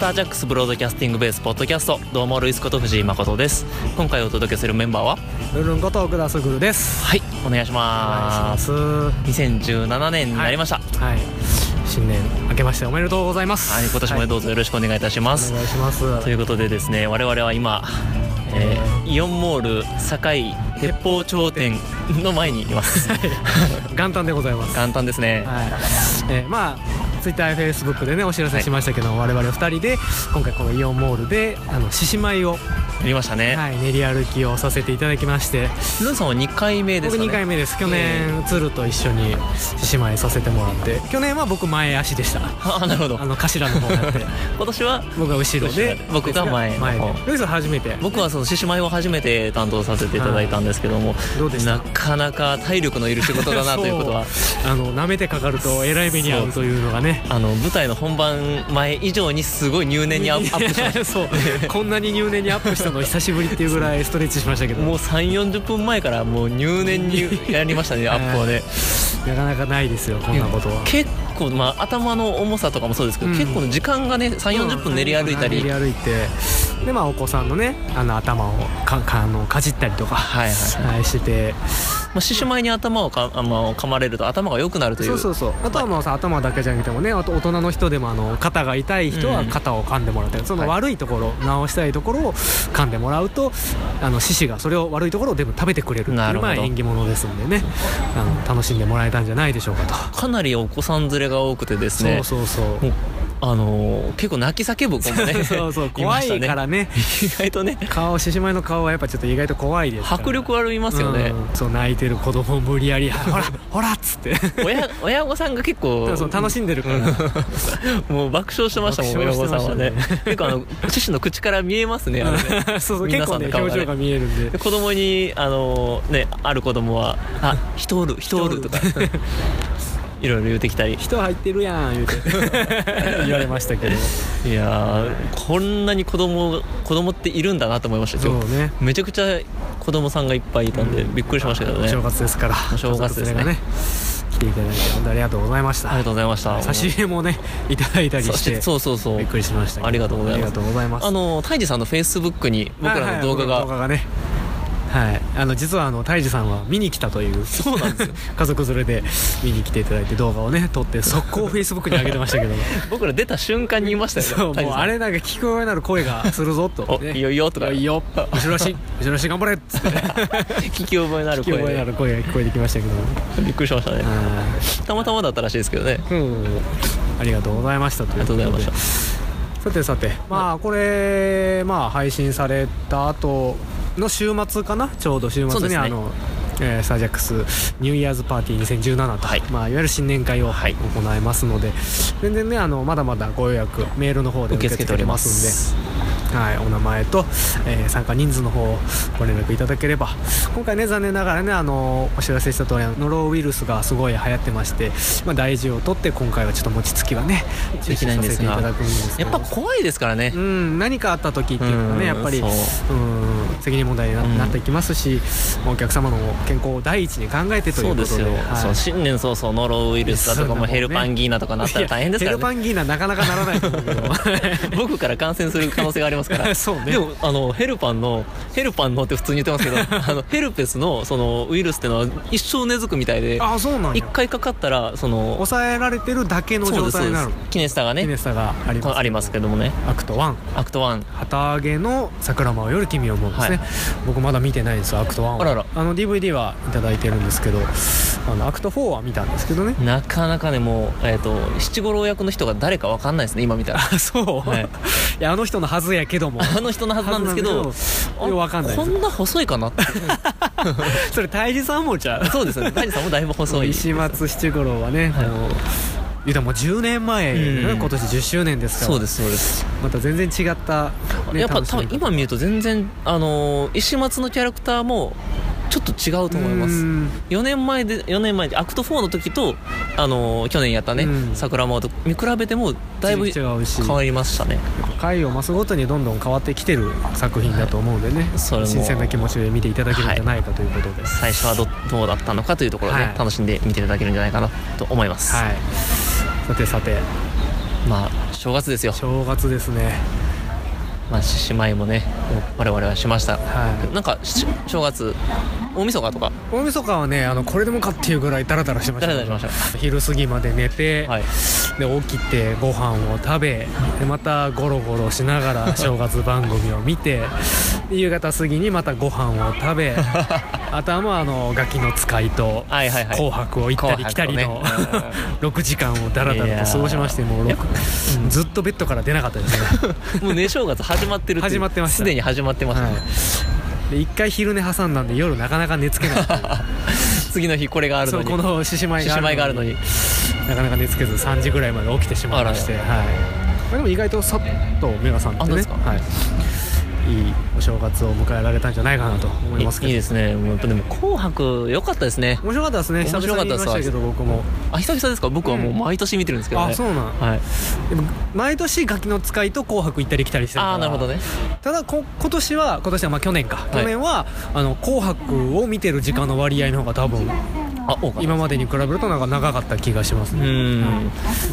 タージャックスブロードキャスティングベースポッドキャストどうもルイスこと藤井誠です今回お届けするメンバーはルルンこと奥田卓ですはいお願いしお願いしまますすは2017年になりました、い新年明けましておめでとうございますはい、今年もどうぞよろしくお願いいたしまはいす、お願いしますということでですね我々は今、えーイオンモール堺鉄砲町店の前にいます元旦でございます簡単ですね、はい、えーまあツイッターやフェイスブックでねお知らせしましたけど、我々二人で今回このイオンモールであの獅子舞を、やりましたね、はい、練り歩きをさせていただきましてルンさんは2回目です僕かね2回目です去え年鶴と一緒に獅子舞させてもらって去年は僕前足でしたあなるほどあの頭の方になって 今年は僕が後ろで後ろで僕が前の方前でルイスは初めて僕はその獅子舞を初めて担当させていただいたんですけども、どうでしたなかなか体力のいる仕事だなということ はあの舐めてかかるとえらい目に遭うというのが ねあの舞台の本番前以上にすごい入念にアップアップしまし そうこんなに入念にアップしたの久しぶりっていうぐらいストレッチしましたけたどもう3 4 0分前からもう入念にやりました ねアップをねなかなかないですよこんなことは結構、まあ、頭の重さとかもそうですけど、うん結構の時間がね3 4 0分練り歩いたり、練り歩いてでまあお子さんのねあの頭をかかあのかじったりとか、はいはいはいはいしててまあ、獅子舞に頭をかあの噛まれると頭が良くなるというそうそうそうあとはもうさ、頭だけじゃなくてもねあと大人の人でもあの肩が痛い人うはん肩を噛んでもらったりそのはい悪いところ、直したいところを噛んでもらうとあの獅子がそれを悪いところを全部食べてくれるっていうなるほどまあ縁起物ですんでねあの楽しんでもらえたんじゃないでしょうかと、かなりお子さん連れが多くてですねそうそうそうもうあのー結構泣き叫ぶ子もね そう そう怖いかまらねしたね意外とね顔獅子舞の顔はやっぱちょっと意外と怖いですから迫力ありますよね、うんそう泣いてる子供を無理や り「ほらほら」っつって親親御さんが結構そう楽しんでるから、もう爆笑してましたもん爆親笑御さんはねしてま結構あの獅子の口から見えますねあのね そうそう結皆さ構んのね顔がね表情が見えるんでで子供にあのーねある子供は「あ人おる人おる」とかいろいろ言ってきたり人入ってるや ん言うて言われましたけどいやーこんなに子供子供っているんだなと思いましたそう今日ねめちゃくちゃ子供さんがいっぱいいたんでびっくりしましたけどおね正あ月ですからお正月ですね家族連れが来ていただいて本当にありがとうございましりがたとうございました差し入れもねいただいたりそしてそうそうそうびっくりしましたけどありがとうございますありがとうございますあのタイジさんのフェイスブックに僕らの動画がはいはい僕らの動画がねはいあの実はあの泰治さんは見に来たというそうなんですよ 家族連れで見に来ていただいて動画をね撮って速攻フェイスブックに上げてましたけ ど僕ら出た瞬間に言いましたそようねタイもうジさんあれなんか聞こえなる声がするぞと、おいいよいいよとかいいよ後 ろ足後ろ足頑張れっつって聞き覚えのある聞き声覚えのあでる声が聞こえてきましたけどびっくりしましたねあたまたまだったらしいですけどねーうんありがとうございましたとあいりうがことうごとでざいましたさてさてまあこれまあ配信された後の週末かなちょうど週そう末ですにねあの、えースタージャックスニューイヤーズパーティー2017と、はいいまあ、いわゆる新年会を行はいいますので、全然ねあのまだまだご予約メールの方で受け受け付付けてけておおりりまますすんで。はい、お名前と、えー参加人数の方をご連絡いただければ今回ね残念ながらねあのお知らせした通りあのノロウイルスがすごい流行ってまして、まあ、大事を取って今回はちょっと餅つきはね中でき止ないんさでせすていたがだくんですけやどっぱ怖いですからねうん、何かあった時っていうのはうんねやっぱりそううん責任問題にな,、うんっていきますしまあお客様の健康を第一に考えてといそううこでとすでよ、はいそう新年早々ノロウイルスだとかもいやそんなもんねヘルパンギーナとかなったら大変ですいかやらヘルねパンギーナなかなかならないと思うけど 僕から感染する可能性がありますから そうねでもあのヘルパンのヘルパンのって普通に言ってますけ どあのヘルペスのそのウイルスってのは一生根付くみたいであそうなん一や回かかったらその抑えられてるだけのそう状ですそ態うにでなるすキネスタが記念ねさがありますありますけどもねアクト1アクト1旗揚げの桜舞うより君を思うですね、はい僕まだ見てないんですよアクト1をあららの DVD はいただいてるんですけどあのアクト4は見たんです けどねなかなかねもう、えー、と七五郎役の人が誰かわかんないですね今見たら あそう、はいい、やあの人のはずやけどもあの人のはずなんですけどよくわかんないでこすんな細いか なってそれ胎児さんもじゃうそうですね谷さんもだいぶ細い石松七五郎はね、あの言うたらもう10年前、うん今年10周年ですからそうですそうです、また全然違った、ね、やっぱ楽し多み分今見ると全然あのー石松のキャラクターもちょっと違うと思いまうすん4年前で4年前でアクト4の時とあのー去年やったね、うん桜間と見比べてもだいぶ一時期違うし変わりましたね回を増すごとにどんどん変わってきてる作品だと思うんでね、それも新鮮な気持ちで見ていただけるんじゃないかということです、最初はどどうだったのかというところで、ねはい楽しんで見ていただけるんじゃないかなと思います、はいさてさてまあ正月ですよ、正月ですねまあ、ししまいもね我々はしました、はなんかし正月大晦日とか大晦日はねあのこれでもかっていうぐらいダラダラしましたダラダラしました昼過ぎまで寝て、はいで起きてご飯を食べでまたゴロゴロしなが ら正月番組を見てで夕方過ぎにまたご飯を 食べあとはまああのガキの使いとはいはいはい紅白を行ったり来たりの、紅白 とね6時間をダラダラと過ごしましてもういや六うんずっとベッドから出なかったですねも うね正月始まってるっていう始まってましたすでに始まってました、ねはいで一回昼寝挟んだんで夜なかなか寝つけない 次の日これがあるそのうにこの獅子舞獅子舞があるのになかなか寝つけず3時ぐらいまで起きてしまいましてはいまあでも意外とさっと目が覚あそめうてでねすかはい、いいお正月を迎えられたんじゃないかなと思いますいけどいいですねもうやっぱでも「紅白」良かったですね面白かったですね面久白々かにっ見たまですしたけど僕もあ久々ですか僕はもう毎年見てるんですけどね、あそうなんはい、でも毎年ガキの使いと紅白行ったり来たりしてるからああなるほどねただこ今年は今年はまあ去年かい去年は、あの紅白を見てる時間の割合の方が多分あ多かった今までに比べるとなんか長かった気がしますうねんい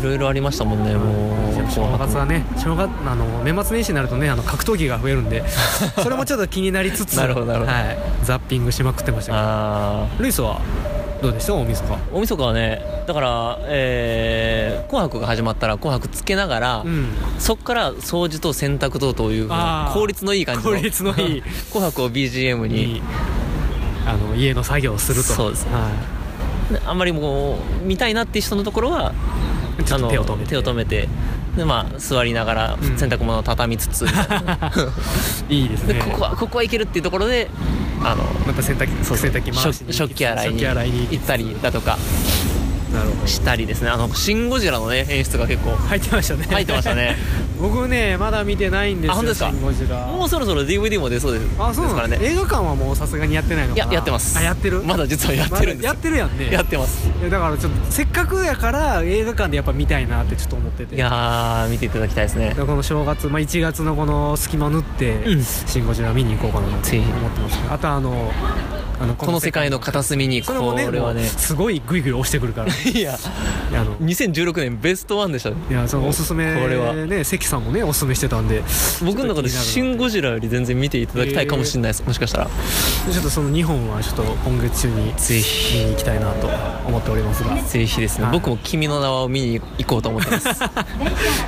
ろいろありましたもんねもうでも正月はね正月あの年末年始になるとねあの格闘技が増えるん でそれもちょっと気になりつつなるほどなるほどはい、ザッピングしまくってましたけどあルイスはどうでした大晦日ー大晦日はねだから、えー紅白」が始まったら「紅白」つけながら、うんそこから掃除と洗濯とというあー効率のいい感じの効率のいい 紅白」を BGM ににあの家の作業をするとそうですは、あんまりもう見たいなって人のところはいちょあっとの手を止めてめてでまあ座りながらうん洗濯物を畳みつ つ、 いいですでねここはここはいけるっていうところであのまた洗濯機そうそう洗濯機回し食に行き食器洗い食に器洗いに行き行ったりだとかなるほどしたりですねあの「シン・ゴジラ」のね演出が結構入ってましたね 入ってました ね僕ねまだ見てないんですよあ本当ですかシンゴジラもうそろそろ DVD も出そうですあそうですなかんらでねすね映画館はもうさすがにやってないのいかやなやってますあやってるまだ実はやってるんですよまだやってるやんねやってますいやだからちょっとせっかくやから映画館でやっぱ見たいなってちょっと思ってていやー見ていただきたいですねだからこの正月、まあ、1月のこの隙間縫って「うんシン・ゴジラ」見に行こうかなとぜひ思ってますあとあのあのこの世界の片隅にこそれもねれはもねうすごいグイグイ押してく るからいいややあの2016年ベストワンでしたねいやそのおすすめこれはね関さんもねおすすめしてたんで僕の中で「シン・ゴジラ」より全然見ていただきたいかもしれないですもしかしたらちょっとその2本はちょっと今月中にぜひ見に行きたいなと思っておりますがぜひですねはい僕も「君の名は」を見に行こうと思ってます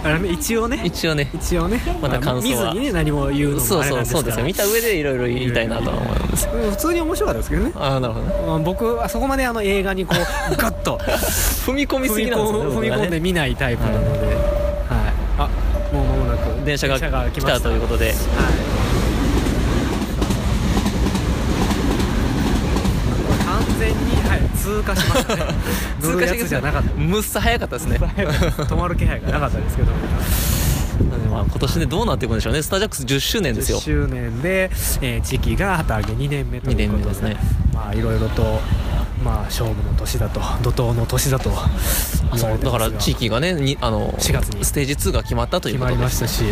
あれね一応ね一応ね一応ねまた感想は見ずにね何も言うのそもうあれそなんうですそかうですらよ見た上でいろいろ言いたいなとは思いますうん普通に面白かったですけどねああなるほどねまあ僕はあそこまであの映画に こうガッと踏み込み 踏すみぎなんですよ込ねん踏み僕は込んでね見ないタイプなので、はい、あもう間もなく電車が来ましたということではい完全に、はい、通過しまし たね通過ししててきじゃなかったむっさ早かったですね止まる気配がなかったですけど まあ今年ねどうなっていくんでしょうねスタージャックス10周年ですよ10周年で、えー、時期が旗揚げ2年目ということ二年目ですねまあいろいろとまあ勝負の年だと怒涛の年だとあ言わそれうてだますからが地域がねにあの4月にステージ2が決まったというこ決まとりでましたし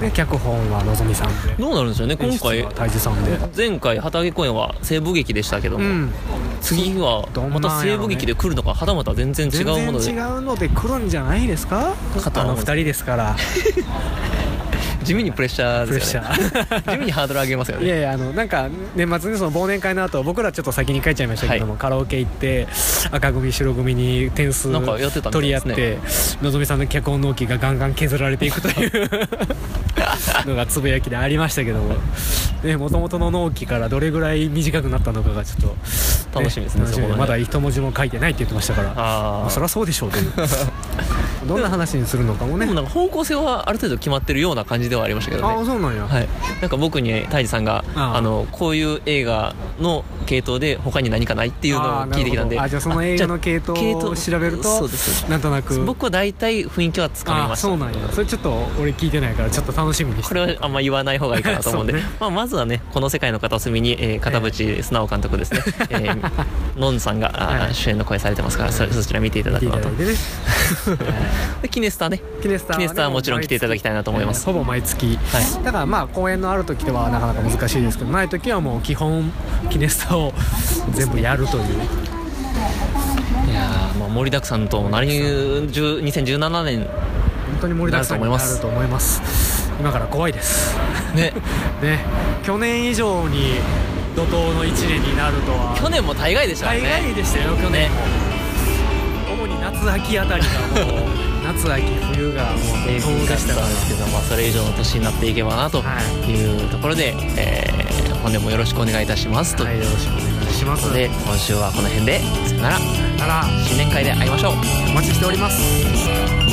で脚本はのぞみさんでどうなるんでしょうね今演出回は大樹さんで前回旗揚げ公演は西部劇でしたけどうも、ん次はどんなまんやろねた西部劇で来るのかはたまた全然違全う然もの違でうので来るんじゃないですかかとあは思のうん2です人ですから地味にプレッシャーですよねプレッシャー地味にハードル上げますよ いねやいやあのなんか年末にその忘年会の後僕らちょっと先に帰っちゃいましたけども、カラオケ行って赤組白組に点数なんかやってたみたい取り合でっすねてのぞみさんの脚本納期がガンガン削られていくという のがつぶやきでありましたけどももともとの納期からどれぐらい短くなったのかがちょっとね、楽しみですね楽しそこはねまだ一文字も書いてないって言ってましたからあまああそりゃそうでしょ うというどんな話にするのかもでねもなんか方向性はある程度決まってるような感じではありましたけどああねそうなんや、はい、なんか僕にタイジさんがあああのこういう映画の系統で他に何かないっていうのを聞いてきたんであーなるほどあじゃあその映画の系統を調べるとそうですなんとなく僕は大体雰囲気はつかみあまあしそうたなんやそれちょっと俺聞いてないからちょっと楽しみにしこてれはあんま言わない方がいいかなと思うんで、 そうねまあ、まずはねこの世界の片隅に、えー片渕素直監督ですね、えーのんさんが、あ はーい主演の声されてますからそそちら見ていただ見てこいうたとだいてね でキネスタねキネスタはねキネスタはもちろん来ていただきたいなと思いますほぼ毎月、はいだからまあ公演のある時ではなかなか難しいですけどない時はもう基本キネスタを全部やるという いやー、まあ、盛りだくさんともなり2017年本当に盛りだくさんになると思います今から怖いですねね去年以上に怒涛の1年になるとは去年も大概でしたから大ね概でしたよ去年も、主に夏秋あたりがもう夏秋冬がもう平怒均だ涛でっしたかたらんですけど、まあ、それ以上の年になっていけばなとはいうところで、えー本年もよろしくお願いいたしますとはいい、うよろしくお願いしまことすで今週はこの辺でさよならあら新年会で会いましょうお待ちしております